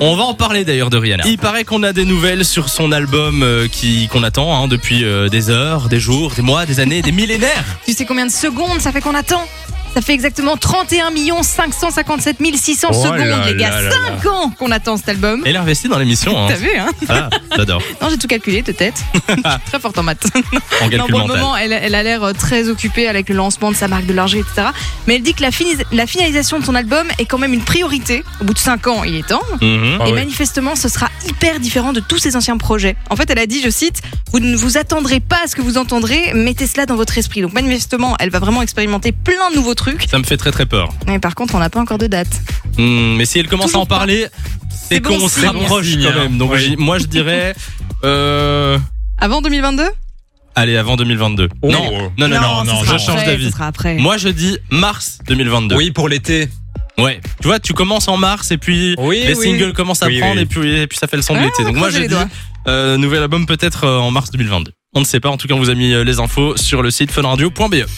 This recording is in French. On va en parler d'ailleurs de Rihanna. Il paraît qu'on a des nouvelles sur son album euh, qui qu'on attend hein, depuis euh, des heures, des jours, des mois, des années, des millénaires. Tu sais combien de secondes ça fait qu'on attend Ça fait exactement 31 557 600 Oh secondes, là les gars. là là 5 ans qu'on attend cet album. Elle est investie dans l'émission. Hein. T'as vu, hein Ah, j'adore. Non, j'ai tout calculé de tête. Je suis très forte en maths. En Non, calcul pour le mental. moment, elle, elle a l'air euh, très occupée avec le lancement de sa marque de lingerie, etc. Mais elle dit que la, finis- la finalisation de son album est quand même une priorité. Au bout de 5 ans, il est temps. Mhm. Ah et manifestement, ce sera hyper différent de tous ses anciens projets. En fait, elle a dit, je cite, Vous ne vous attendrez pas à ce que vous entendrez, mettez cela dans votre esprit. Donc manifestement, elle va vraiment expérimenter plein de nouveaux trucs. Ça me fait très très peur. Mais par contre, on n'a pas encore de date. Hmm, mais si elle commence à en Toujours pas. parler, c'est C'est bon qu'on se signe. rapproche C'est bon quand signe, hein. même. Donc Oui. j'y- moi je dirais. euh, Avant 2022 Allez, avant 2022. Oh. Non, non, non, non, ce non, sera je change après, d'avis. ce sera après. Moi je dis mars 2022. Oui, pour l'été. Ouais. Tu vois, tu commences en mars et puis Oui, les oui. singles commencent à Oui, prendre oui. Et, puis, et puis ça fait le son de Ah, l'été. Donc moi croisez je les dis doigts. euh, nouvel album peut-être euh, en mars 2022. On ne sait pas. En tout cas, on vous a mis euh, les infos sur le site funradio.be.